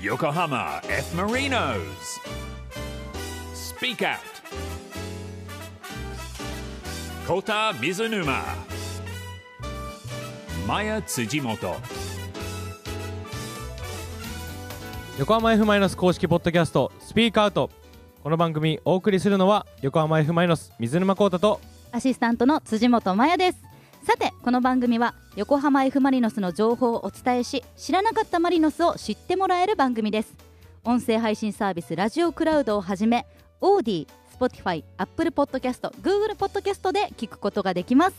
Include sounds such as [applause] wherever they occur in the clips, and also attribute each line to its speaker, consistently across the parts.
Speaker 1: Yokohama F. Marinos. Speak Out. Kota Mizunuma. Maya Tsujimoto.
Speaker 2: 横浜 F マイナス公式ポッドキャストスピークアウトこの番組お送りするのは横浜 F マイナス水沼孝太と
Speaker 3: アシスタントの辻本真也です。さて、この番組は横浜 F ・マリノスの情報をお伝えし、知らなかったマリノスを知ってもらえる番組です。音声配信サービスラジオクラウドをはじめ、オーディ、スポティファイ、アップルポッドキャスト、グーグルポッドキャストで聞くことができます。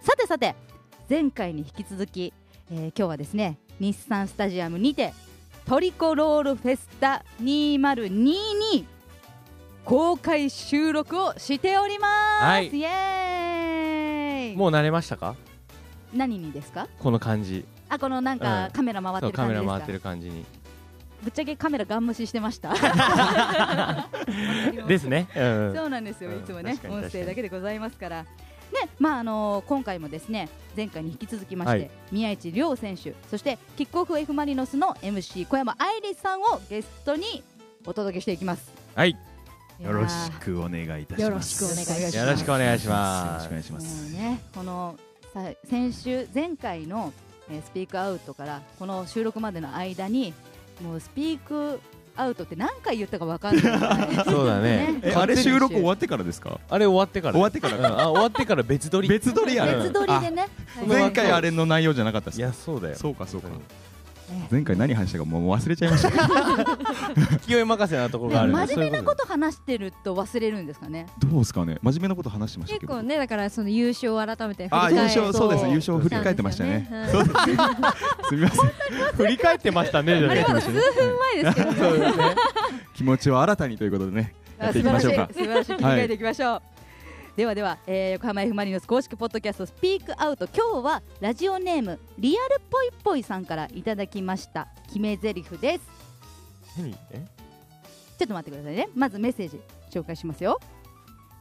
Speaker 3: さてさて、前回に引き続き、えー今日はですね、日産スタジアムにてトリコロールフェスタ2022公開収録をしております。
Speaker 2: はい
Speaker 3: イエーイ。
Speaker 2: もう慣れましたか
Speaker 3: 何にですか？
Speaker 2: この感じ
Speaker 3: あこのなん
Speaker 2: う
Speaker 3: か
Speaker 2: ん
Speaker 3: カメラ回って
Speaker 2: そう
Speaker 3: る
Speaker 2: カ
Speaker 3: 感
Speaker 2: メ
Speaker 3: じで
Speaker 2: ラ回
Speaker 3: す
Speaker 2: って
Speaker 3: か？
Speaker 2: る感じに
Speaker 3: ぶっちゃけカメラガン無視してました。
Speaker 2: [laughs] ですねうん
Speaker 3: そうなんですよ、
Speaker 2: うん
Speaker 3: いつもね
Speaker 2: 確かに
Speaker 3: 音
Speaker 2: 確かに
Speaker 3: 声だけでございますから。ねまああの今回もですね前回に引き続きまして、
Speaker 2: はい
Speaker 3: 宮市亮選手そしてキックオフ F ・マリノスの MC 小山愛理さんをゲストにお届けしていきます。
Speaker 2: はい
Speaker 4: よろしくお願いいたします。
Speaker 3: よろしくお願いします
Speaker 2: よろしくお願いします
Speaker 4: よろしくお願いします。
Speaker 3: もうね、このさ先週前回の、えースピークアウトからこの収録までの間にもうスピークアウトって何回言ったかわか
Speaker 4: [laughs]
Speaker 3: んない、
Speaker 2: そうだね
Speaker 4: え
Speaker 3: ね
Speaker 4: あれ収録終わ
Speaker 3: っ
Speaker 4: ってからですか？
Speaker 2: あれ終わってから
Speaker 4: 終わってか
Speaker 2: う
Speaker 4: ら
Speaker 2: ん。あ終わってから別撮り
Speaker 4: 別撮りや
Speaker 2: うん
Speaker 4: ね。
Speaker 3: 別撮りでね、
Speaker 4: あ
Speaker 3: はい
Speaker 4: 前回あれの内容じゃなかったで
Speaker 2: い
Speaker 4: すか。
Speaker 2: やそうだよ
Speaker 4: そうかそうか。
Speaker 3: ね
Speaker 4: 前回何話したかもう忘れちゃいました。
Speaker 2: 勢い任せなところがある
Speaker 3: ね真面目なことと話してると忘れるんですかね。
Speaker 4: どうですかね。真面目なこと話してましたけ
Speaker 5: 結
Speaker 4: ど
Speaker 5: 構。ねだからその優勝を改めて振り
Speaker 4: あ
Speaker 5: 返
Speaker 4: ー優勝そうです優勝振り返ってましたね。
Speaker 5: そうなんですよね
Speaker 4: すみません。
Speaker 2: 振り返ってましたねじゃ
Speaker 5: うん
Speaker 2: な
Speaker 5: あれ
Speaker 2: い
Speaker 5: まだ数分前ですけど
Speaker 2: そうですね
Speaker 4: [laughs] 気持ちを新たにということでね。やって
Speaker 3: 素晴
Speaker 4: いき
Speaker 3: ら
Speaker 4: ま
Speaker 3: し
Speaker 4: し
Speaker 3: い
Speaker 4: ょうか
Speaker 3: 素晴らしい切り替えていきましょう、ではでは、えー横浜 F ・マリノス公式ポッドキャストスピークアウト今日はラジオネームリアルぽいぽいさんからいただきました決め台詞です
Speaker 2: 何え
Speaker 3: ちょっと待ってくださいねまずメッセージ紹介しますよ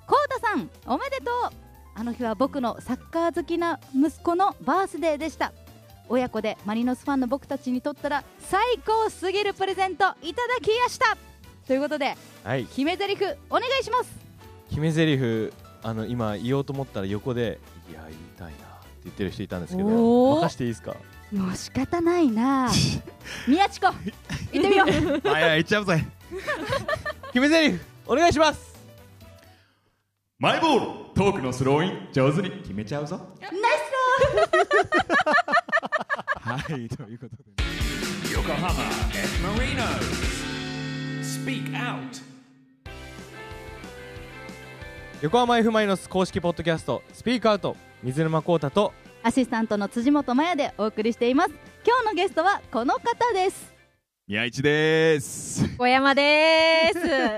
Speaker 3: こうたさんおめでとうあの日は僕のサッカー好きな息子のバースデーでした親子でマリノスファンの僕たちにとったら最高すぎるプレゼントいただきやしたということで
Speaker 2: はい
Speaker 3: 決め台詞お願いします
Speaker 2: 決め台詞あの今言おうと思ったら横でいや言いたいなって言ってる人いたんですけど
Speaker 3: おー
Speaker 2: 任していいですか
Speaker 3: もう仕方ないな [laughs] 宮地子行ってみよう [laughs]
Speaker 4: あいやいっちゃうぜ。
Speaker 2: 決め台詞お願いします
Speaker 4: マイボールトークのスローイン上手に決めちゃうぞ。ナイス [laughs] はいということで。
Speaker 1: Yokohama F. Marinos. Speak Out.
Speaker 2: 横浜 F マイノス公式ポッドキャストスピークアウト水沼孝太と
Speaker 3: アシスタントの辻本麻也でお送りしています今日のゲストはこの方です
Speaker 4: 宮市です。
Speaker 5: 小山で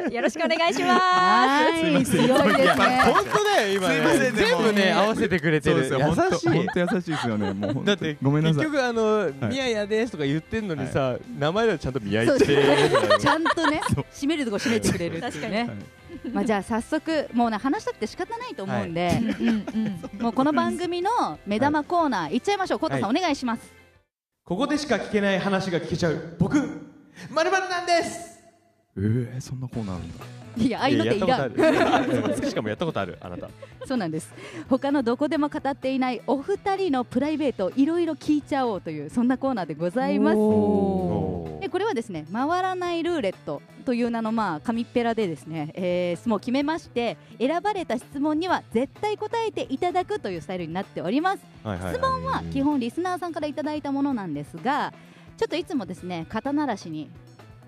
Speaker 5: すよろしくお願いしま
Speaker 3: は
Speaker 4: すいません
Speaker 3: 強い
Speaker 4: [laughs]
Speaker 3: ですね
Speaker 2: 本当だよ今ね
Speaker 4: すいませんね
Speaker 2: 全部ね
Speaker 4: もう
Speaker 2: 合わせてくれてる優し
Speaker 4: 本当本
Speaker 2: い
Speaker 4: 当優しいですよね。もう本当
Speaker 2: だって
Speaker 4: ごめんなさ
Speaker 2: 結
Speaker 4: い。
Speaker 2: 局あの「宮やです」とか言ってんのにさ名前ではちゃんと「宮井」
Speaker 3: そう
Speaker 2: って
Speaker 3: で
Speaker 2: 言
Speaker 3: す
Speaker 2: う
Speaker 3: ねちゃんとね締めるとこ締めてくれるっていうね
Speaker 4: はい
Speaker 3: まあじゃあ早速もうね話したくて仕方ないと思うんで、
Speaker 5: すうんうん
Speaker 3: もうこの番組の目玉コーナーいっちゃいましょうコウタさんお願いします、
Speaker 2: ここでしか聞けない話が聞けちゃう僕まるなんです
Speaker 4: [laughs] えー、そんなコーナーあるんだ。
Speaker 3: い、やああいうのっていらん
Speaker 2: るしかもやったことあるあなた
Speaker 3: そうなんです他のどこでも語っていないお二人のプライベートをいろいろ聞いちゃおうというそんなコーナーでございます
Speaker 5: おー
Speaker 3: でこれはですね回らないルーレットという名のまあ紙っぺらでですね、えー、もう決めまして選ばれた質問には絶対答えていただくというスタイルになっております
Speaker 2: 質問は
Speaker 3: 基本リスナーさんからいただいたものなんですがちょっといつもですね肩慣らしに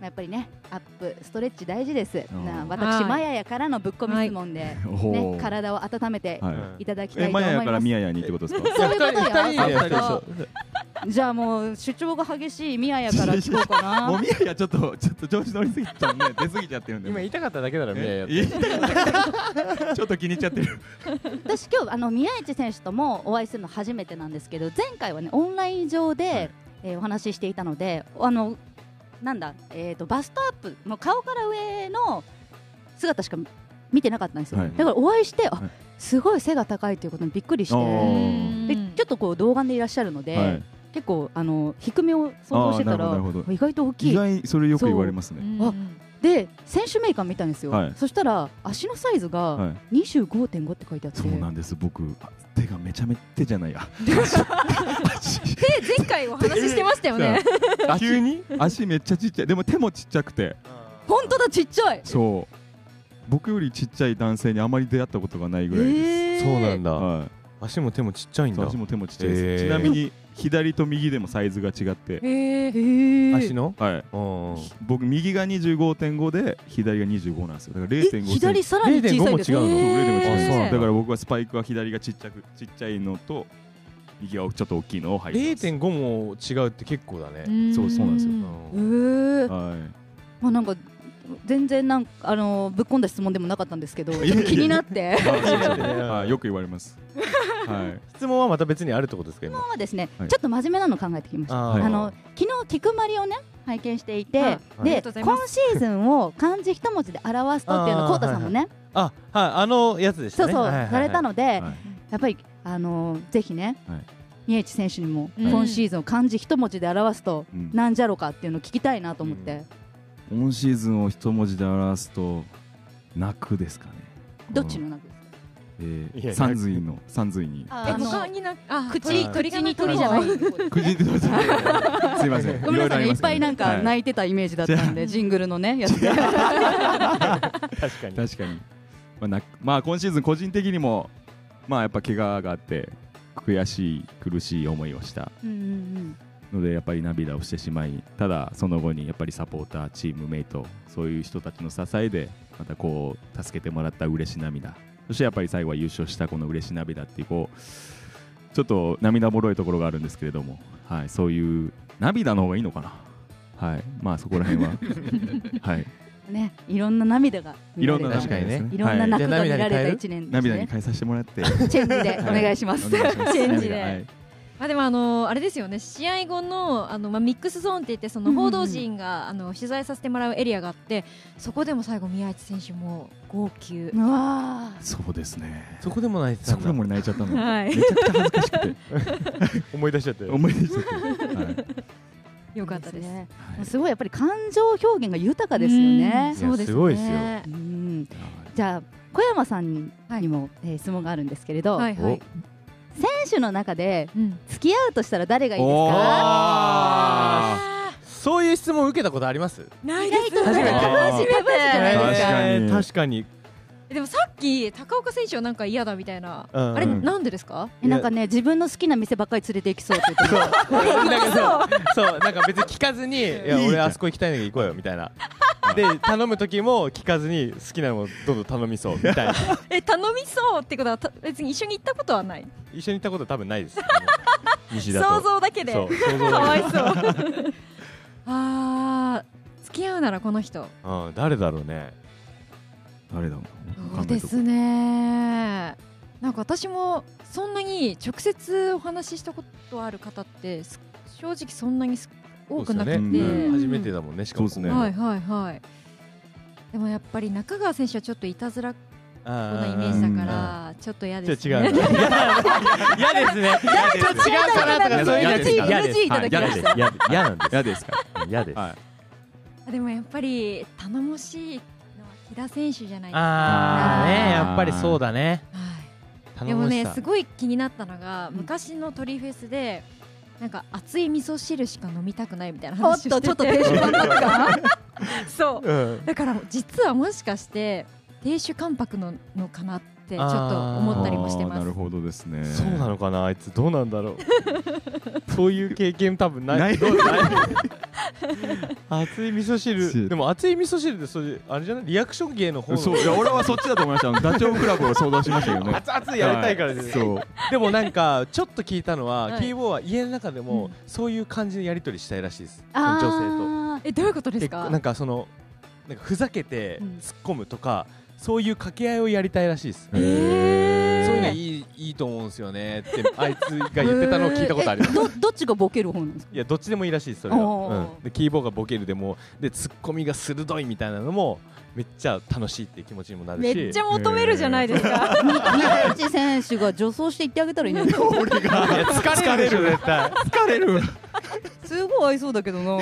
Speaker 3: まあやっぱりねアップストレッチ大事です
Speaker 4: ん
Speaker 3: な私
Speaker 5: はい
Speaker 3: マヤヤからのぶっ込み質問で、
Speaker 4: お
Speaker 3: ね
Speaker 4: ー、
Speaker 3: 体を温めて
Speaker 4: はい
Speaker 3: ただきた
Speaker 4: え
Speaker 3: いと
Speaker 4: マ
Speaker 3: 思
Speaker 4: ヤ
Speaker 3: い
Speaker 4: ヤか
Speaker 3: ま
Speaker 4: ら
Speaker 3: す、。
Speaker 4: ミヤヤにってことですか
Speaker 3: そういうことよ
Speaker 2: 2人でやったでし
Speaker 3: そ
Speaker 2: ょ
Speaker 3: じゃあもう主張が激しいミヤヤから聞こうか
Speaker 4: [laughs] もう
Speaker 3: な
Speaker 4: ミヤヤちょっとちょっと調子乗りすぎちゃうね。出過ぎちゃってるんで。
Speaker 2: 今言いたかっただけだろ宮や
Speaker 4: え [laughs]
Speaker 2: って
Speaker 4: 言いたかったちょっと気に入っちゃってる。
Speaker 3: 私今日あの宮市選手ともお会いするの初めてなんですけど前回はねオンライン上で、
Speaker 4: はい
Speaker 3: えーお話ししていたのであのなんだ、えー、とバストアップもう顔から上の姿しか見てなかったんですよ、
Speaker 4: はい
Speaker 3: だからお会いしてあ、
Speaker 4: はい
Speaker 3: すごい背が高いということにびっくりして
Speaker 4: おー
Speaker 3: でちょっとこう童顔でいらっしゃるので、
Speaker 4: はい
Speaker 3: 結構あの低めを想像してた
Speaker 4: あーな
Speaker 3: ら
Speaker 4: るほどなるほど
Speaker 3: 意外と大き
Speaker 4: 意
Speaker 3: い
Speaker 4: 外それよく言われます
Speaker 5: う
Speaker 4: ね
Speaker 5: ん
Speaker 3: あで選手名鑑見たんですよ、
Speaker 4: はい
Speaker 3: そしたら足のサイズが
Speaker 4: はい
Speaker 3: 25.5って書いてあって、
Speaker 4: そうなんです僕あ手がめちゃめちゃ手じ
Speaker 3: [laughs]
Speaker 4: ゃないや足
Speaker 5: で前回お話ししてましたよね。
Speaker 4: 足
Speaker 2: 急に
Speaker 4: 足めっちゃちっちゃいでも手もちっちゃくて
Speaker 3: 本当だちっちゃい
Speaker 4: そう僕よりちっちゃい男性にあまり出会ったことがないぐらいです、
Speaker 3: えー
Speaker 2: そうなんだ、
Speaker 4: は
Speaker 2: 足も手もちっちゃい
Speaker 4: い、
Speaker 2: ん
Speaker 4: そう
Speaker 2: だ
Speaker 4: 足も手もちっちゃいです、
Speaker 2: へー
Speaker 4: ちなみに左と右でもサイズが違って、
Speaker 5: えー
Speaker 2: 足の
Speaker 4: はい、
Speaker 2: うん
Speaker 4: 僕右が25.5で左が25なんですよだから0.5センチ
Speaker 3: 左さらに小さいんです
Speaker 2: 0.5も違うの
Speaker 4: そう
Speaker 3: えー
Speaker 4: 0.5
Speaker 2: あ
Speaker 4: センチ
Speaker 2: そうなんだ
Speaker 4: だから僕はスパイクは左がちっちゃくちっちゃいのと右がちょっと大きいのを履いてます
Speaker 2: 0.5も違うって結構だね、
Speaker 4: そうそうなんですよ
Speaker 2: うん
Speaker 3: えー
Speaker 2: [laughs]
Speaker 4: は
Speaker 3: まあなんか全然なんかあのぶっ込んだ質問でもなかったんですけど
Speaker 4: いやいや
Speaker 3: 気になって
Speaker 4: い、まあそうですよね
Speaker 2: は
Speaker 4: はいい、よく言われます、
Speaker 3: [laughs]
Speaker 4: はい、
Speaker 2: 質問はまた別にあるってことですか今
Speaker 3: 今日はですね、
Speaker 4: はい
Speaker 3: ちょっと真面目なの考えてきました
Speaker 2: あ
Speaker 4: はい
Speaker 2: ー
Speaker 3: あの昨日菊まりをね拝見していて、
Speaker 5: はい
Speaker 2: あり
Speaker 3: で
Speaker 5: がとうございま
Speaker 3: 今シーズンを漢字一文字で表すとっていうのを
Speaker 2: あー
Speaker 3: コウタさんもね、
Speaker 2: あはいあのやつでし
Speaker 3: そ
Speaker 2: た
Speaker 3: う
Speaker 2: ね
Speaker 3: そう、
Speaker 2: はいはいはい
Speaker 3: されたので、
Speaker 4: はい
Speaker 3: やっぱりあのーぜひね、
Speaker 4: はい
Speaker 3: 宮市選手にも
Speaker 5: うん
Speaker 3: 今シーズンを漢字一文字で表すと
Speaker 4: うん
Speaker 3: なんじゃろかっていうのを聞きたいなと思って、
Speaker 4: 今シーズンを一文字で表すと泣くですかね
Speaker 3: どっちのなんですか
Speaker 4: えー
Speaker 2: いや
Speaker 4: 三髄の三髄に
Speaker 5: あ
Speaker 3: あの
Speaker 5: の顔になあ
Speaker 3: 口
Speaker 2: はい
Speaker 3: 口に鳥じゃない
Speaker 4: [laughs] くじってどうぞすいませ
Speaker 3: [laughs]
Speaker 4: ん
Speaker 3: ごめんなさいねいっぱいなんか
Speaker 4: い
Speaker 3: 泣いてたイメージだったんで、ジングルのねやつで
Speaker 2: 確かに
Speaker 4: ろろありますはい確かにまあなまあ今シーズン個人的にもまあやっぱ怪我があって悔しい苦しい思いをした
Speaker 3: うんうん
Speaker 4: のでやっぱり涙をしてしまいただその後にやっぱりサポーターチームメイトそういう人たちの支えでまたこう助けてもらった嬉し涙そしてやっぱり最後は優勝したこの嬉し涙っていうこうちょっと涙もろいところがあるんですけれども、はい、そういう涙の方がいいのかなはいまあそこら
Speaker 3: [laughs]
Speaker 4: 辺ははい
Speaker 3: うんねいろんな涙が見
Speaker 4: い
Speaker 3: ら
Speaker 4: ろ
Speaker 3: れ
Speaker 4: ん
Speaker 3: た
Speaker 4: な
Speaker 2: 確かにね
Speaker 3: いろんな
Speaker 4: はい
Speaker 3: 泣くが見られ
Speaker 2: じゃあ涙
Speaker 3: た
Speaker 2: に変える
Speaker 3: 一年です
Speaker 4: 涙に
Speaker 3: ね
Speaker 4: 変えさせてもらって
Speaker 3: チェンジでお願いします
Speaker 4: お願いします
Speaker 5: チェンジで
Speaker 4: 涙はい
Speaker 5: まあでもあのあれですよね試合後のあのまあミックスゾーンって言ってその報道陣があの取材させてもらうエリアがあってそこでも最後宮市選手も号泣
Speaker 3: うわー
Speaker 4: そうですね
Speaker 2: そこでもないってたん
Speaker 4: そこ
Speaker 2: だ
Speaker 4: でも泣いちゃったの、
Speaker 5: はい
Speaker 4: めちゃくちゃ恥ずかしくて
Speaker 2: 思い出しちゃって
Speaker 4: 思い出しちゃって、はい
Speaker 5: よかったです
Speaker 3: いいね
Speaker 4: はい
Speaker 3: もうすごいやっぱり感情表現が豊かですよね
Speaker 5: うんそうで
Speaker 2: いやす
Speaker 5: すね
Speaker 2: ごいですよ
Speaker 3: うんじゃあ小山さんにも、えー質問があるんですけれど、
Speaker 5: はいはい
Speaker 3: 選手の中で
Speaker 5: うん
Speaker 3: 付き合うとしたら誰がいいですか
Speaker 2: あ
Speaker 5: あ
Speaker 2: ーそういう質問受けたことあります
Speaker 5: ーない
Speaker 3: 意
Speaker 5: で
Speaker 3: 外と多
Speaker 5: す
Speaker 3: 分
Speaker 2: ね
Speaker 3: 多分じゃないですか
Speaker 4: 確かに
Speaker 2: えー確かに
Speaker 5: でもさっき高岡選手はなんか嫌だみたいな
Speaker 2: うん
Speaker 5: あれ
Speaker 4: うん
Speaker 5: なんでですか
Speaker 3: えなんかね自分の好きな店ばっかり連れて行きそうって言って
Speaker 2: そうなんかそうそうなんか別に聞かず [laughs] に「いや
Speaker 4: いいじゃん
Speaker 2: 俺あそこ行きたいんだけど行こうよ」みたい [laughs] なで頼む時も聞かずに好きなのをどんどん頼みそうみたいな
Speaker 5: え頼みそうってことはた別に一緒に行ったことはない
Speaker 2: 一緒に行ったこと多分ないです西だと
Speaker 5: 想像だけで
Speaker 2: そう想像
Speaker 5: か
Speaker 2: だ
Speaker 5: わいそう [laughs] あー付き合うならこの人
Speaker 2: けどうん誰だろうね
Speaker 4: 誰だろう
Speaker 5: そうですねなんか私もそんなに直接お話ししたことある方ってす正直そんなにす多くなくて、
Speaker 2: そう
Speaker 4: ですよねうん
Speaker 2: 初めてだもんねしかも
Speaker 4: そうですね
Speaker 5: はいはいはいでもやっぱり中川選手はちょっといたずらっ子なイメージだからちょっと嫌です
Speaker 2: じゃ
Speaker 5: ね
Speaker 2: 違うな嫌ですねちょっと違うかなとかそういうやつ
Speaker 4: 嫌です
Speaker 2: 嫌です
Speaker 3: NG いただきまし
Speaker 2: はい嫌です嫌なんです
Speaker 4: 嫌ですか
Speaker 2: 嫌です
Speaker 4: はい
Speaker 5: あ [laughs] でもやっぱり頼もしいのは木田選手じゃないですか
Speaker 2: あ
Speaker 5: ーね
Speaker 4: やっぱりそう
Speaker 2: だね
Speaker 5: はいで
Speaker 2: 頼
Speaker 5: も
Speaker 2: も
Speaker 5: ね
Speaker 2: しさ
Speaker 5: すごい気になったのが
Speaker 3: ん
Speaker 5: 昔の鳥フェスでなんか熱い味噌汁しか飲みたくないみたいな
Speaker 3: おっ
Speaker 5: 話を
Speaker 3: と
Speaker 5: してて
Speaker 3: ちょっとテンション上がったか
Speaker 5: [laughs] そう
Speaker 2: うん
Speaker 5: だから実はもしかして亭主関白ののかなってちょっと思ったりもしてま
Speaker 4: あーな
Speaker 5: す
Speaker 4: るほどですね
Speaker 2: そうなのかなあいつどうなんだろうそういう経験多分ない
Speaker 4: ない
Speaker 2: どう
Speaker 4: [laughs]
Speaker 2: ない熱い味噌汁
Speaker 4: 汁
Speaker 2: でも熱い味噌汁ってそれあれじゃないリアクション芸の方の
Speaker 4: そういや俺はそっちだと思いましたあのダチョウ倶楽部を想像しましたけどね
Speaker 2: 熱々やりたいからですよ、
Speaker 4: そう
Speaker 2: でもなんかちょっと聞いたのは、
Speaker 5: はい
Speaker 2: キーボーは家の中でも、
Speaker 5: うん
Speaker 2: そういう感じのやり取りしたいらしいです
Speaker 3: ら
Speaker 2: 女性と
Speaker 3: あー
Speaker 5: えどういうことです
Speaker 2: なん
Speaker 5: か
Speaker 2: かそのなんかふざけて
Speaker 5: うん
Speaker 2: 突っ込むとか、そういう掛け合いをやりたいらしいです、
Speaker 4: へー
Speaker 2: それいいいいと思うんですよねってあいつが言ってたのを聞いたことあります
Speaker 3: えどどっちがボケる方なんですか
Speaker 2: いやどっちでもいいらしいですそれは、
Speaker 3: おー
Speaker 2: うんでキーボーがボケるでもでツッコミが鋭いみたいなのもめっちゃ楽しいっていう気持ちにもなる
Speaker 5: め
Speaker 2: し
Speaker 5: っちゃ求めるじゃないですか。
Speaker 3: 宮内選手が助走していってあげたらいいんじゃないですか
Speaker 2: いや疲れるでしょ絶対疲れる
Speaker 3: すごい合いそうだけどな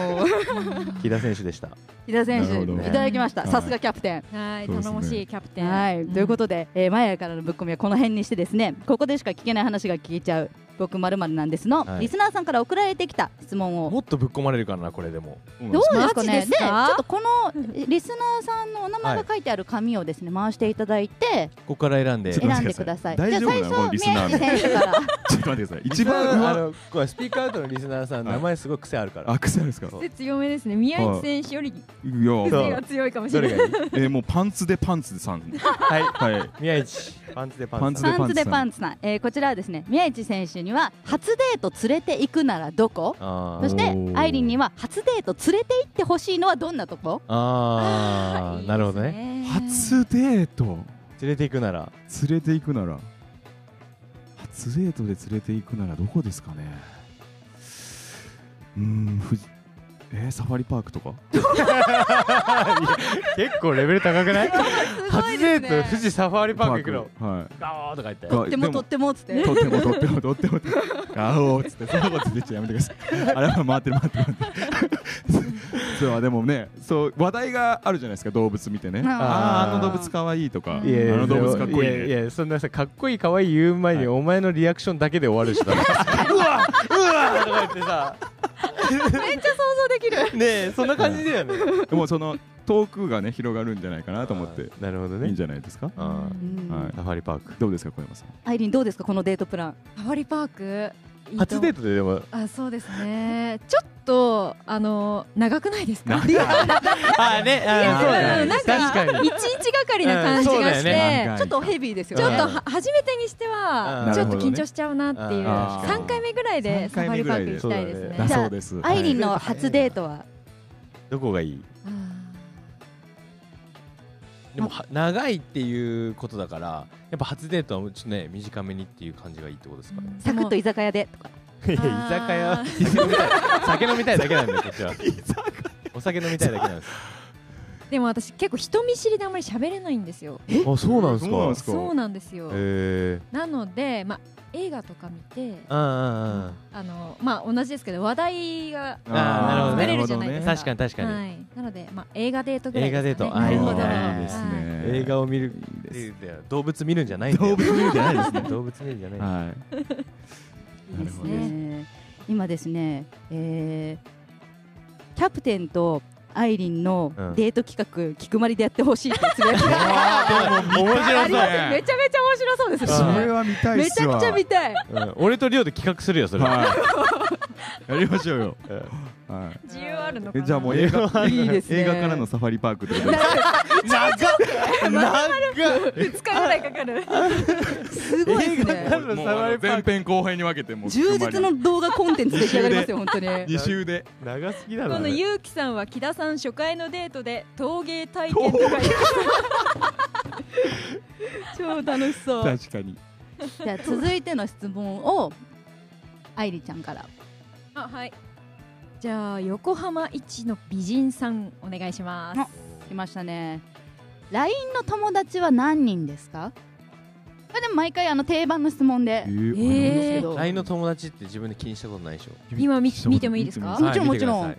Speaker 2: 木田選手でした
Speaker 3: 伊田選
Speaker 4: なるほど
Speaker 3: 手
Speaker 4: ね
Speaker 3: いただきました
Speaker 4: はい
Speaker 3: さすがキャプテン
Speaker 5: はい、
Speaker 4: そうです
Speaker 5: 頼
Speaker 4: ね
Speaker 5: もしいキャプテン。
Speaker 3: はい、ということで、えー、マヤからのぶっこみはこの辺にしてですねここでしか聞けない話が聞けちゃう「僕まるなんですの」
Speaker 2: はい
Speaker 3: リスナーさんから送られてきた質問を
Speaker 2: もっとぶっ込まれるからなこれでも
Speaker 3: どうですかね
Speaker 5: マジですか
Speaker 3: ちょっとこのリスナーさんのお名前が書いてある紙をですね回していただいて
Speaker 2: ここから選んで
Speaker 4: ちょ
Speaker 3: 選
Speaker 4: っと
Speaker 3: ん
Speaker 4: 待っ
Speaker 3: で
Speaker 4: て
Speaker 3: ください。
Speaker 4: 大
Speaker 3: じゃあ
Speaker 4: 丈夫な
Speaker 3: 最
Speaker 4: のこのリ
Speaker 3: 初
Speaker 4: ス
Speaker 3: 宮
Speaker 4: ナー
Speaker 3: 内選手から
Speaker 4: ちょっと待ってください一
Speaker 2: 一
Speaker 4: 番
Speaker 2: 番あ
Speaker 4: 上
Speaker 2: のこれスピーカーアウトのリスナーさん
Speaker 4: はい
Speaker 2: 名前すごい癖あるから
Speaker 4: あ癖あるんですか
Speaker 5: 癖強めですね。宮市選手より
Speaker 4: いや
Speaker 5: 癖が強いかもしれ
Speaker 2: ど
Speaker 5: な
Speaker 2: れ
Speaker 5: い。
Speaker 2: がいい
Speaker 4: えーもうパンツでパンツさん
Speaker 2: はい
Speaker 4: [laughs] はい
Speaker 2: 宮市パンツでパンツ
Speaker 4: パンツ
Speaker 3: パンツでパ
Speaker 4: パ
Speaker 3: ン
Speaker 4: ン
Speaker 3: ツさん、えーこちらはですね宮市選手には初デート連れて行くならどこ
Speaker 2: あ
Speaker 3: そ
Speaker 2: ー
Speaker 3: して
Speaker 4: おー
Speaker 3: アイリンには初デート連れて行ってほしいのはどんなとこ
Speaker 2: あーなるほどね
Speaker 5: ね
Speaker 4: 初デート
Speaker 2: 連れて行くなら
Speaker 4: 連れて行くなら初デートで連れて行くならどこですかねうーん富士えー、サファリパークとか
Speaker 2: 結構レベル高くない初デート富士サファリパーク行くの
Speaker 4: パーク
Speaker 2: ガーとか言って
Speaker 3: と
Speaker 4: はい
Speaker 3: ってもとってもっつって
Speaker 4: とってもとってもとってもとってもあおーっつってそんなこと言っちゃやめてくださいあれは回ってる回ってる回ってるそうでもねそう話題があるじゃないですか動物見てね
Speaker 3: うん
Speaker 4: あーあの動物かわいいとかあ
Speaker 2: いやいや
Speaker 4: の動物かっこいい
Speaker 2: や
Speaker 4: ね
Speaker 2: やそんなさかっこいいかわいい言う前に、
Speaker 4: はい
Speaker 2: お前のリアクションだけで終わるしだうわうわとか言ってさ
Speaker 5: めっちゃ想像できる。
Speaker 2: ねえそんな感じだよね
Speaker 4: でもその遠くがね広がるんじゃないかなと思って
Speaker 2: あーなるほど
Speaker 4: いいん
Speaker 2: ね
Speaker 4: じゃないですか
Speaker 2: あ
Speaker 3: うん
Speaker 4: は
Speaker 2: ーサファリパーク
Speaker 4: どうですか小山さん
Speaker 3: アイリンどうですかこのデートプラン
Speaker 5: サファリパーク。いいと
Speaker 2: 初デートででも
Speaker 5: あ、そうですね。ちょっとあの長くないですか？
Speaker 4: 長い
Speaker 2: ああねあ
Speaker 5: そうだ
Speaker 2: ね
Speaker 5: ねなんか
Speaker 2: 確かに
Speaker 5: 一日がかりな感じ
Speaker 2: うんそうだ
Speaker 5: が
Speaker 2: よ
Speaker 5: して、
Speaker 2: ね
Speaker 3: ちょっとヘビーですよ
Speaker 5: ちょ
Speaker 3: ね
Speaker 5: っとは初めてにして
Speaker 2: う
Speaker 5: は
Speaker 2: ん
Speaker 5: ちょっと緊張しちゃうなっていう、
Speaker 2: あ
Speaker 4: ー
Speaker 5: 3回目ぐらいで
Speaker 4: 3
Speaker 5: サ
Speaker 4: 回
Speaker 5: ファ
Speaker 4: 目
Speaker 5: リ
Speaker 4: ぐ
Speaker 5: パ
Speaker 4: らい
Speaker 5: ーク
Speaker 4: で
Speaker 5: 行きたいですね
Speaker 2: そう
Speaker 4: だそうです
Speaker 3: アイリンの初デートは
Speaker 2: どこがいい
Speaker 5: あ
Speaker 2: でもは長いっていうことだからやっぱ初デートはちょっとね短めにっていう感じがいいってことですかね
Speaker 5: ー
Speaker 3: サクッと居酒屋でとか
Speaker 2: いや居
Speaker 5: あ
Speaker 2: 酒屋酒飲みたいだけなんだよこっち [laughs] はお酒飲みたいだけなんです
Speaker 5: でも私結構人見知りであんまり喋れないんですよ
Speaker 2: あそうなんです
Speaker 4: そうなん
Speaker 2: か
Speaker 4: ですか
Speaker 5: そうなんですよ、
Speaker 2: え
Speaker 5: なので、まあ、映画とか見て
Speaker 2: えあ
Speaker 5: あの、まあ、同じですけど話題が
Speaker 2: ーなるほどね
Speaker 5: 作れるじゃないですか
Speaker 2: 確かに確かに、
Speaker 5: はい、なので、まあ、映画デートぐらい
Speaker 2: 映
Speaker 5: ですか、ね、
Speaker 2: 画デートあーいいね
Speaker 4: あーいいです
Speaker 5: はい
Speaker 4: ね
Speaker 2: 映画を見る
Speaker 4: いいです
Speaker 2: 動物見るんじゃないんだよ
Speaker 4: 動物見るんじゃない
Speaker 2: [laughs]
Speaker 4: ですね
Speaker 2: 動物見るんじゃない
Speaker 4: はい
Speaker 3: いいです
Speaker 5: なるほど
Speaker 3: ね。今ですね、えーキャプテンとアイリンの
Speaker 2: うん
Speaker 3: デート企画、聞くまりでやってほしいってつぶやき
Speaker 2: [laughs]
Speaker 3: が
Speaker 2: 面白
Speaker 5: ありますねめちゃめちゃ面白そうですね
Speaker 2: あー
Speaker 4: それは見たいっ
Speaker 3: め
Speaker 4: す
Speaker 3: ちゃ
Speaker 4: わ
Speaker 3: くちゃ見たい。
Speaker 2: そう、うん、俺とリオで企画するよそれ、
Speaker 4: はいやりましょうよ
Speaker 2: うん
Speaker 4: はい
Speaker 5: 自由あるのか
Speaker 4: え
Speaker 5: な
Speaker 4: じゃあもう映画
Speaker 3: いいですね
Speaker 4: 映画からのサファリパークってことで
Speaker 2: 長っ [laughs] 長っ
Speaker 5: 2日ぐらいかかる
Speaker 3: すごいですね。
Speaker 2: からの
Speaker 4: もう
Speaker 2: サファリパーク
Speaker 4: 前編後編に分けてもう
Speaker 3: 充実の動画コンテンツ出来上がりますよ、本当に。
Speaker 4: 2週で
Speaker 2: 長すぎだ
Speaker 5: こ
Speaker 2: ろ
Speaker 5: の
Speaker 2: ね
Speaker 5: ゆうきさんは木田さん初回のデートで陶芸体験とか
Speaker 3: 超楽しそう。
Speaker 4: 確かに
Speaker 3: じゃあ、続いての質問を、アイリちゃんから。
Speaker 5: あはいじゃあ横浜一の美人さんお願いします
Speaker 3: 来ましたね。LINE の友達は何人ですかこれでも毎回あの定番の質問で
Speaker 4: え。ー
Speaker 5: え
Speaker 3: なん
Speaker 5: ー
Speaker 3: ですけど
Speaker 2: LINE の友達って自分で気にしたことないでしょ
Speaker 5: 今見見てもいいですか
Speaker 3: もちろん
Speaker 2: はい見てください
Speaker 3: もち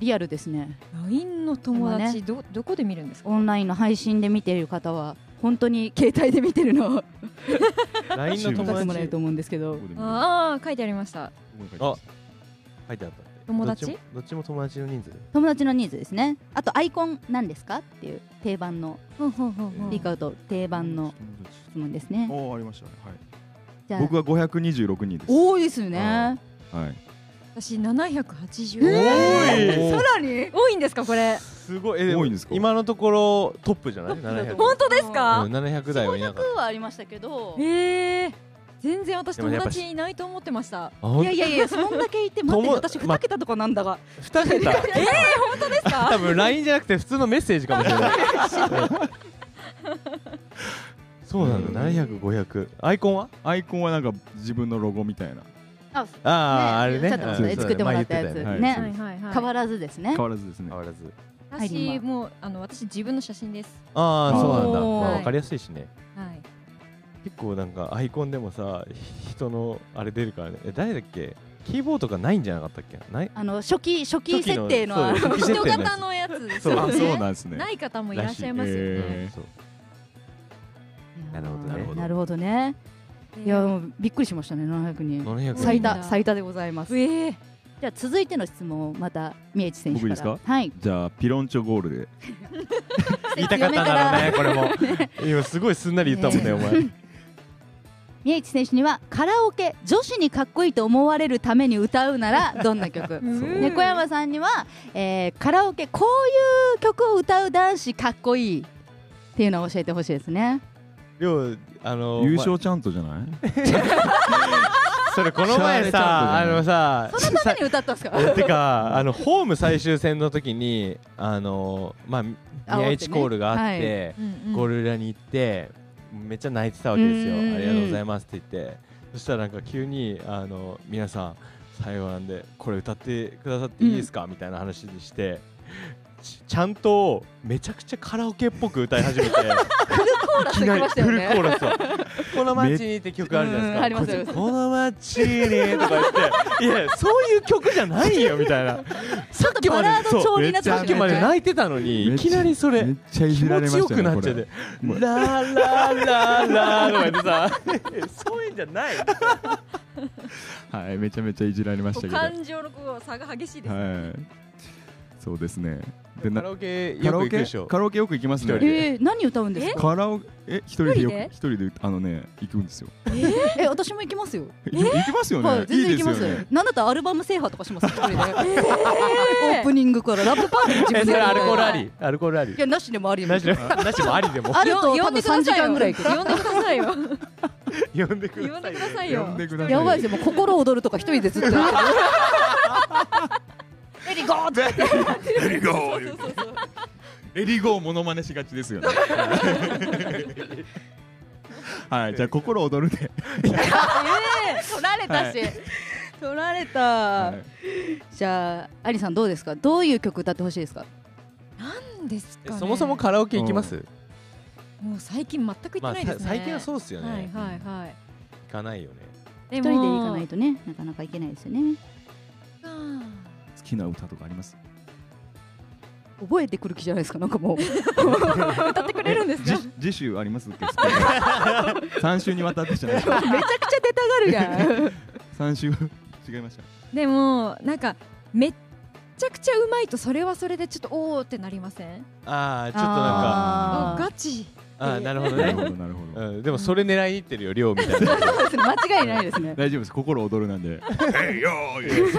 Speaker 3: リアルですね。
Speaker 5: LINE の友達、どどこで見るんですか
Speaker 3: オンラインの配信で見ている方は本当に携帯で見てるのを [laughs]
Speaker 2: LINE の
Speaker 3: 書か
Speaker 2: 友
Speaker 3: せてもらえる
Speaker 2: 達
Speaker 3: と思うんですけど
Speaker 5: ああ書いてありました
Speaker 2: あ書いてあった
Speaker 5: 友達
Speaker 2: どっちもどっちも友達の人数
Speaker 3: 友達のニーズですねあとアイコンなんですかっていう定番の
Speaker 5: ほうほうほうほう
Speaker 3: リカウト定番の質問ですね
Speaker 4: おおありましたねはい
Speaker 3: じゃあ
Speaker 4: 僕は526人です
Speaker 3: 多いですね
Speaker 4: はい
Speaker 5: 私780
Speaker 2: えー
Speaker 4: 多い
Speaker 3: さらに
Speaker 5: 多いんですかこれ
Speaker 2: すごいえ
Speaker 4: 多いんですか
Speaker 2: 今のところトップじゃない700
Speaker 5: 本当ですか
Speaker 2: うん700台はいなかっ
Speaker 3: はありましたけど
Speaker 5: ええ全然私
Speaker 2: でも
Speaker 5: 友
Speaker 2: やっぱ
Speaker 5: 達いないと思ってました
Speaker 2: たあほん
Speaker 3: いやいやいやそんだけいて待って
Speaker 2: 友
Speaker 3: 私2桁とかなんだが
Speaker 2: 二桁
Speaker 5: ええ本当です
Speaker 2: [laughs] 多
Speaker 5: か
Speaker 2: 分 LINE じゃなくて普通のメッセージかもしれないうんそうなんだ、700、500。アイコンは
Speaker 4: アイコンはなんか自分のロゴみたいな
Speaker 3: あ
Speaker 2: ああ、あれね。
Speaker 3: ちょっと
Speaker 2: うん
Speaker 3: そう作ってもらったや
Speaker 2: 前
Speaker 3: つ
Speaker 2: 言
Speaker 4: てた
Speaker 3: ね
Speaker 4: よね
Speaker 5: はいはいはい
Speaker 3: 変わらずですね
Speaker 4: 変わらずですね
Speaker 2: 変わらず。
Speaker 3: 入りま
Speaker 5: 私もうあの私自分の写真です
Speaker 2: ああ、そうなんだ。
Speaker 5: おー
Speaker 2: まあわかりやすいしね。
Speaker 5: はい
Speaker 2: 結構なんかアイコンでもさ、ひ人のあれ出るからね。え誰だっけキーボードがないんじゃなかったっけない
Speaker 3: あの初期初期設定のあ [laughs]
Speaker 2: 初期
Speaker 3: の
Speaker 2: のそう
Speaker 5: 人型のやつです
Speaker 2: そう
Speaker 5: よ
Speaker 4: あ
Speaker 5: ね
Speaker 4: そうなんですね
Speaker 5: ない方もいらっしゃいますよ
Speaker 4: らしい
Speaker 5: ね、
Speaker 4: えー
Speaker 2: そう
Speaker 3: いや
Speaker 2: な
Speaker 3: ー
Speaker 2: るほどね
Speaker 3: なるほどねいやもうびっくりしましたね700人
Speaker 2: 700
Speaker 3: 最
Speaker 5: う
Speaker 3: 多
Speaker 5: ん
Speaker 3: 最多でございます
Speaker 5: ええ
Speaker 3: じゃあ続いての質問をまた宮市選手から
Speaker 4: 僕ですか
Speaker 3: はい
Speaker 4: じゃあピロンチョゴールで
Speaker 2: 言いたかったんだろうね、これも。今すごいすんなり言ったもんね、
Speaker 3: ね
Speaker 2: お前。
Speaker 3: 宮市選手にはカラオケ女子にかっこいいと思われるために歌うな [laughs] らどんな曲
Speaker 5: うん
Speaker 3: 猫山さんには、えーカラオケこういう曲を歌う男子かっこいいっていうのを教えてほしいですね
Speaker 2: りょう、あの、
Speaker 4: 優勝ちゃんとじゃない
Speaker 2: それこの前さ、あ
Speaker 4: シャーレちゃんとね
Speaker 2: のさ、
Speaker 3: そのために歌ったんですか
Speaker 2: えてかあのホーム最終戦の時にあのまあ
Speaker 3: 煽ってね
Speaker 2: 宮市コールがあって、
Speaker 5: うんうん
Speaker 2: ゴール裏に行ってめっちゃ泣いてたわけですよ
Speaker 3: うんうんうん
Speaker 2: ありがとうございますって言ってそしたらなんか急にあの皆さん最後なんでこれ歌ってくださっていいですか、みたいな話にしてちちゃんとめちゃくちゃカラオケっぽく歌い始めていきなりフルコーラスを「この街に」って曲あるじゃないです
Speaker 3: うん
Speaker 2: か
Speaker 3: ありますあります
Speaker 2: この街にとか言って、いや、そういう曲じゃないよみたいな。さっきまで
Speaker 3: バラード調になって
Speaker 2: そう
Speaker 3: ま
Speaker 2: さっ
Speaker 3: し
Speaker 2: き
Speaker 3: た
Speaker 2: まで
Speaker 3: ね
Speaker 2: 泣いてたのに、いきなりそ
Speaker 4: め
Speaker 2: れ
Speaker 4: っ。ちゃい
Speaker 2: 気
Speaker 4: じ
Speaker 2: 持
Speaker 4: られま
Speaker 2: ちよ
Speaker 4: した
Speaker 2: くな
Speaker 4: ね
Speaker 2: っ
Speaker 4: こ
Speaker 2: ちゃって
Speaker 4: れ、
Speaker 2: ララララとか言ってさ、 [laughs] そういうんじゃない。
Speaker 4: はいめちゃめちゃいじられまし
Speaker 5: こ
Speaker 4: た
Speaker 5: う
Speaker 4: けど
Speaker 5: 感情のこう差が激しいです、
Speaker 4: はいそうですねで
Speaker 2: カ
Speaker 4: な
Speaker 2: ラオケ
Speaker 4: カ
Speaker 2: よ
Speaker 4: ラ
Speaker 2: く
Speaker 4: オ
Speaker 2: 行くで
Speaker 4: ケ
Speaker 2: しょ。
Speaker 4: カラオケよく行きますね
Speaker 2: 一人
Speaker 3: えー、何歌うんですか
Speaker 4: カラオケえ一人でよく
Speaker 5: 一
Speaker 4: 一人であのね行くんですよ
Speaker 3: え私も行きますよ
Speaker 4: 行き行きますよ
Speaker 3: はい、
Speaker 4: ねい
Speaker 3: 全
Speaker 4: い
Speaker 3: 然行
Speaker 4: で
Speaker 3: き
Speaker 4: す
Speaker 3: ま
Speaker 4: よ
Speaker 3: すよ
Speaker 4: ね
Speaker 3: なんだったらアルバム制覇とかしますよ一 [laughs] 人でオープニングからラップパーティー自
Speaker 2: え、
Speaker 3: 分
Speaker 2: そ
Speaker 3: で
Speaker 2: れ
Speaker 3: や
Speaker 2: ア
Speaker 3: る
Speaker 2: ルコールあ
Speaker 3: い
Speaker 2: り。アルコールあり。
Speaker 3: やなしでもありよ
Speaker 2: なしでも、なしでもありでも。
Speaker 3: あると
Speaker 5: よ
Speaker 3: 多分3時間ぐらいいく
Speaker 5: 呼んでくださいよ
Speaker 2: 呼んでく
Speaker 5: 呼
Speaker 2: だ
Speaker 5: ん
Speaker 2: さ
Speaker 5: で
Speaker 2: い
Speaker 5: く。ださいよ
Speaker 4: 呼んでくださ
Speaker 3: [laughs] やばいですよもう心躍るとか一人でずっ [laughs] とやってるレディーゴーって
Speaker 4: エリゴーエリゴーモノマネしがちです [laughs] よねはいじゃあ心躍るで、
Speaker 3: 取られたし、取られた、
Speaker 4: はい
Speaker 3: じゃあアリさんどうですかどういう曲歌ってほしいですか
Speaker 5: なんですか、
Speaker 2: え
Speaker 5: ね、
Speaker 2: そもそもカラオケ行きます
Speaker 5: もう最近全く行
Speaker 2: ま
Speaker 5: っ
Speaker 2: あ、
Speaker 5: てないです
Speaker 2: さ
Speaker 5: ね、
Speaker 2: 最近はそううっすよ
Speaker 5: はい
Speaker 2: ね。
Speaker 5: はいはい
Speaker 2: 行かないよね。
Speaker 5: 一
Speaker 3: 一人で行かないとねなかなか行けないですよね
Speaker 4: 好きな歌とかあります
Speaker 3: 覚えてくる気じゃないですかなんかもう
Speaker 5: 歌ってくれるんですか
Speaker 4: じ次週ありますって3 [laughs] 週にわたってじゃない
Speaker 3: めちゃくちゃ出たがるやん
Speaker 4: 3週違いました
Speaker 5: でもなんかめっちゃくちゃうまいとそれはそれでちょっとおーってなりません
Speaker 2: ああ、ちょっとなんか。
Speaker 5: あ
Speaker 3: あー
Speaker 5: ガチ
Speaker 2: あーなるほど
Speaker 4: な
Speaker 2: ね
Speaker 4: る [laughs] ほ。どなるほど、
Speaker 2: うん、でもそれ狙いにいってるよ、量みたいな。
Speaker 3: そうですね間違いないですね
Speaker 4: 大丈夫です心躍るなんでえいよ ー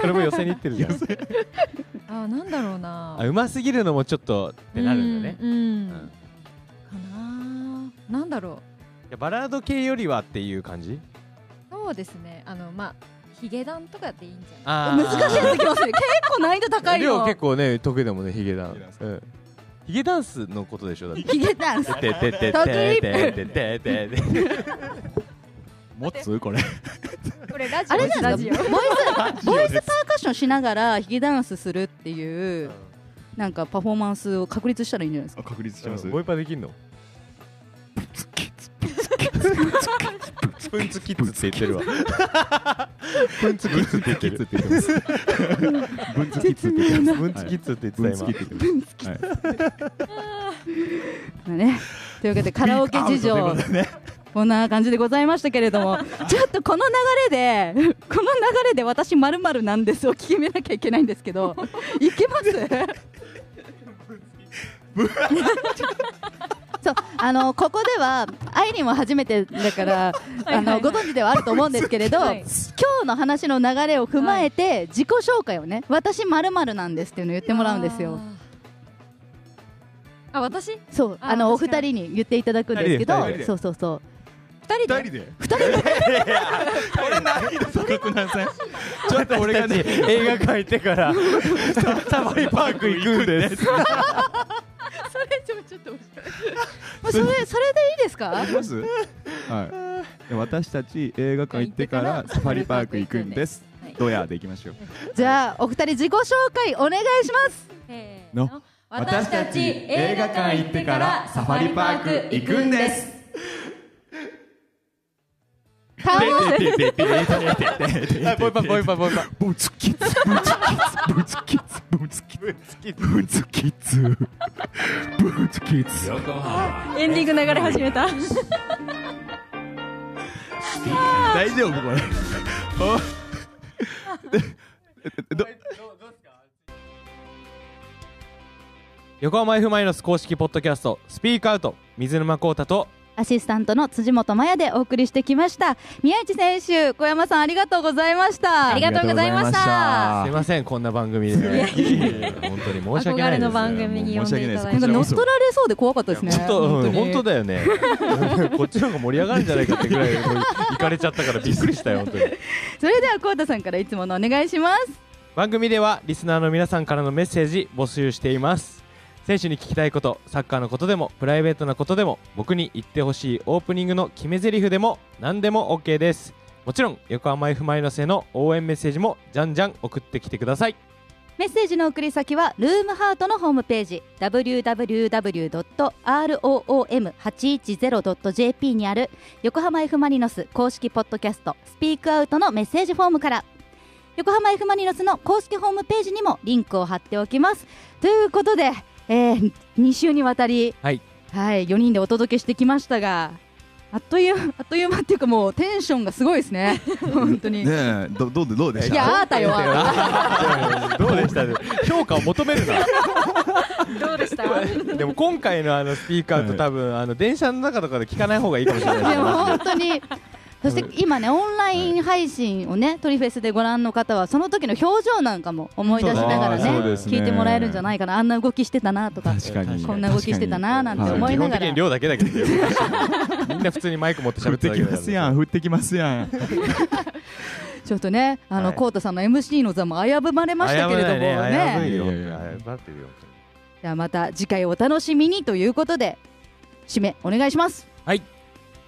Speaker 2: [laughs] それも寄せにいってるじゃん。
Speaker 5: あーなんだろうな
Speaker 2: あ、うますぎるのもちょっとってなるんだね。
Speaker 5: うん、うん
Speaker 2: うん
Speaker 5: かなーなんだろ
Speaker 2: いやバラード系よりはっていう感じ。
Speaker 5: うそうですねあのまあヒゲダンとかでいいんじゃない
Speaker 2: あ
Speaker 3: [laughs] 難しいやつきます [laughs] ね結構難易度高い
Speaker 2: 量
Speaker 3: よ
Speaker 2: 結構ね、得意だもんね、ヒゲダン
Speaker 4: ヒゲダン。ス
Speaker 2: うん。ヒゲダンスのことでしょだって。
Speaker 3: ヒゲダンス
Speaker 2: ててててててててて
Speaker 4: 持つこれ
Speaker 5: これラジオ
Speaker 3: あれなん
Speaker 5: ラ
Speaker 3: です
Speaker 5: ジ
Speaker 3: か
Speaker 5: オ
Speaker 3: ボイスボイスパーカッションしながらヒゲダンスするっていうなんかパフォーマンスを確立したらいいんじゃないですか
Speaker 4: あ確立してます
Speaker 2: ボイパできんの？プンツキッズって言ってるわ。
Speaker 4: ブンツキッズって言ってるブンツキッズって言ってます
Speaker 2: プンツキッズって言ってた今。
Speaker 4: ブンツキッズブンツキッズ
Speaker 3: ね、というわけでカラオケ事情こんな感じでございましたけれどもちょっとこの流れで [laughs] この流れで私まるなんですを決めなきゃいけないんですけどいけますそうあのここでは愛理も初めてだからあのご存知ではあると思うんですけれど、
Speaker 5: はい
Speaker 3: 今日の話の流れを踏まえて、自己紹介をね私まるなんですっていうのを言ってもらうんですよ。
Speaker 5: あーあ私二
Speaker 3: そう
Speaker 5: あー
Speaker 3: あのお
Speaker 5: 確
Speaker 3: 二
Speaker 5: かに
Speaker 3: 人に言っていただくんですけど
Speaker 4: 二人で二人で
Speaker 3: そうそうそう
Speaker 5: 人で
Speaker 4: 二人で
Speaker 2: これ何？
Speaker 4: 高くなさいちょっと俺がね
Speaker 2: 映画館行ってからサファリパーク行くんです。
Speaker 3: それちょっと面白い
Speaker 5: もうそれそれでいいですか
Speaker 4: 行きますはい私たち映画館行ってからサファリパーク行くんです
Speaker 3: はい
Speaker 4: ドヤで行きましょう
Speaker 3: じゃあお二人自己紹介お願いします
Speaker 5: せー
Speaker 4: の私たち映画館行ってからサファリパーク行くんです
Speaker 3: タモ
Speaker 4: ペペペペペペペペペ
Speaker 2: はい、もう一杯もう一杯もう一杯
Speaker 4: ブツキツブツキツブツキツブツキツブツキツブツキツ
Speaker 1: Yokohama
Speaker 5: エンディング流れ始めた
Speaker 4: 大丈夫これ
Speaker 2: 横浜 F ・マイノス公式ポッドキャストスピークアウト水沼宏太と
Speaker 3: アシスタントの辻元麻也でお送りしてきました宮市選手小山さんありがとうございました
Speaker 5: ありがとうございました
Speaker 2: すいませんこんな番組で本当に申し訳ない
Speaker 5: 憧れ
Speaker 2: です
Speaker 5: の番組に呼んでいただ
Speaker 3: な
Speaker 5: い
Speaker 3: ん
Speaker 5: て
Speaker 3: か乗っ取られそうで怖かったですね
Speaker 2: ちょっとうん本当
Speaker 3: だ
Speaker 2: だよねこっちの方が盛り上がるんじゃないかってぐらいもう行かれちゃったからびっくりしたよ本当に
Speaker 3: それでは浩太さんからいつものお願いします
Speaker 2: 番組ではリスナーの皆さんからのメッセージ募集しています選手に聞きたいことサッカーのことでもプライベートなことでも僕に言ってほしいオープニングの決め台詞でも何でも OK ですもちろん横浜 F ・マイノスへの応援メッセージもじゃんじゃん送ってきてください
Speaker 3: メッセージの送り先はルームハートのホームページ www.room810.jp にある横浜 F ・マリノス公式ポッドキャストスピークアウトのメッセージフォームから横浜 F ・マリノスの公式ホームページにもリンクを貼っておきますということで、え2週にわたり、
Speaker 2: はい
Speaker 3: はい、4人でお届けしてきましたがあっというあっという間っていうかもうテンションがすごいです
Speaker 2: [laughs]
Speaker 3: ね本当に、
Speaker 4: ねえどどうでどうでし
Speaker 3: い
Speaker 4: た
Speaker 3: やあーたよあーた
Speaker 2: どうでした評価を求める
Speaker 3: [laughs]
Speaker 2: な
Speaker 5: どうでした
Speaker 2: でも今回のあのスピーカーと多分あの電車の中とかで聞かない方がいいかもしれない
Speaker 3: でも本当
Speaker 2: [laughs]
Speaker 3: に。そして今ね、オンライン配信をね、トリフェスでご覧の方は、その時の表情なんかも思い出しながら
Speaker 2: そうだね、
Speaker 3: ね聞いてもらえるんじゃないかな、あんな動きしてたなとか、
Speaker 4: 確かに
Speaker 3: こんな動きしてたななんて
Speaker 4: 確かに
Speaker 3: 思
Speaker 2: 基
Speaker 3: いな
Speaker 2: 本
Speaker 3: が
Speaker 2: 的
Speaker 3: ら
Speaker 2: に量だけだけど [laughs] みんな普通にマイク持って
Speaker 4: 降
Speaker 2: 喋っ
Speaker 4: っ
Speaker 2: て
Speaker 4: て
Speaker 2: ただ
Speaker 4: き
Speaker 2: けだ
Speaker 4: ますやん降ってきますやん
Speaker 3: ちょっとね、あの、
Speaker 2: はい
Speaker 3: コウタさんの MC の座も危ぶまれましたけれども
Speaker 2: 危ない
Speaker 3: ね、
Speaker 2: ね危ない
Speaker 4: いやいや
Speaker 2: よ
Speaker 4: いや
Speaker 2: 危なってるよ
Speaker 3: じゃあまた次回お楽しみにということで、締めお願いします。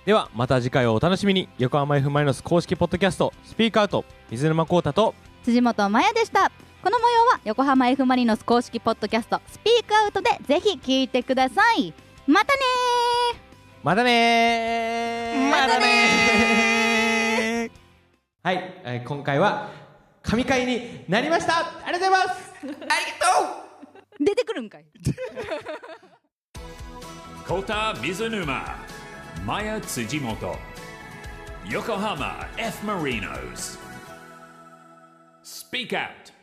Speaker 2: ではまた次回をお楽しみに横浜 F ・マイノス公式ポッドキャストスピークアウト水沼宏太と
Speaker 3: 辻本麻也でした。この模様は横浜 F ・マリノス公式ポッドキャスト、スピークアウトでぜひ聞いてください。またねー
Speaker 2: またねー
Speaker 3: また
Speaker 2: ねはい、えー今回は神回になりましたありがとうございます
Speaker 3: 出てくるんかい
Speaker 1: Kota Mizunuma Maya Tsujimoto Yokohama F Marinos Speak Out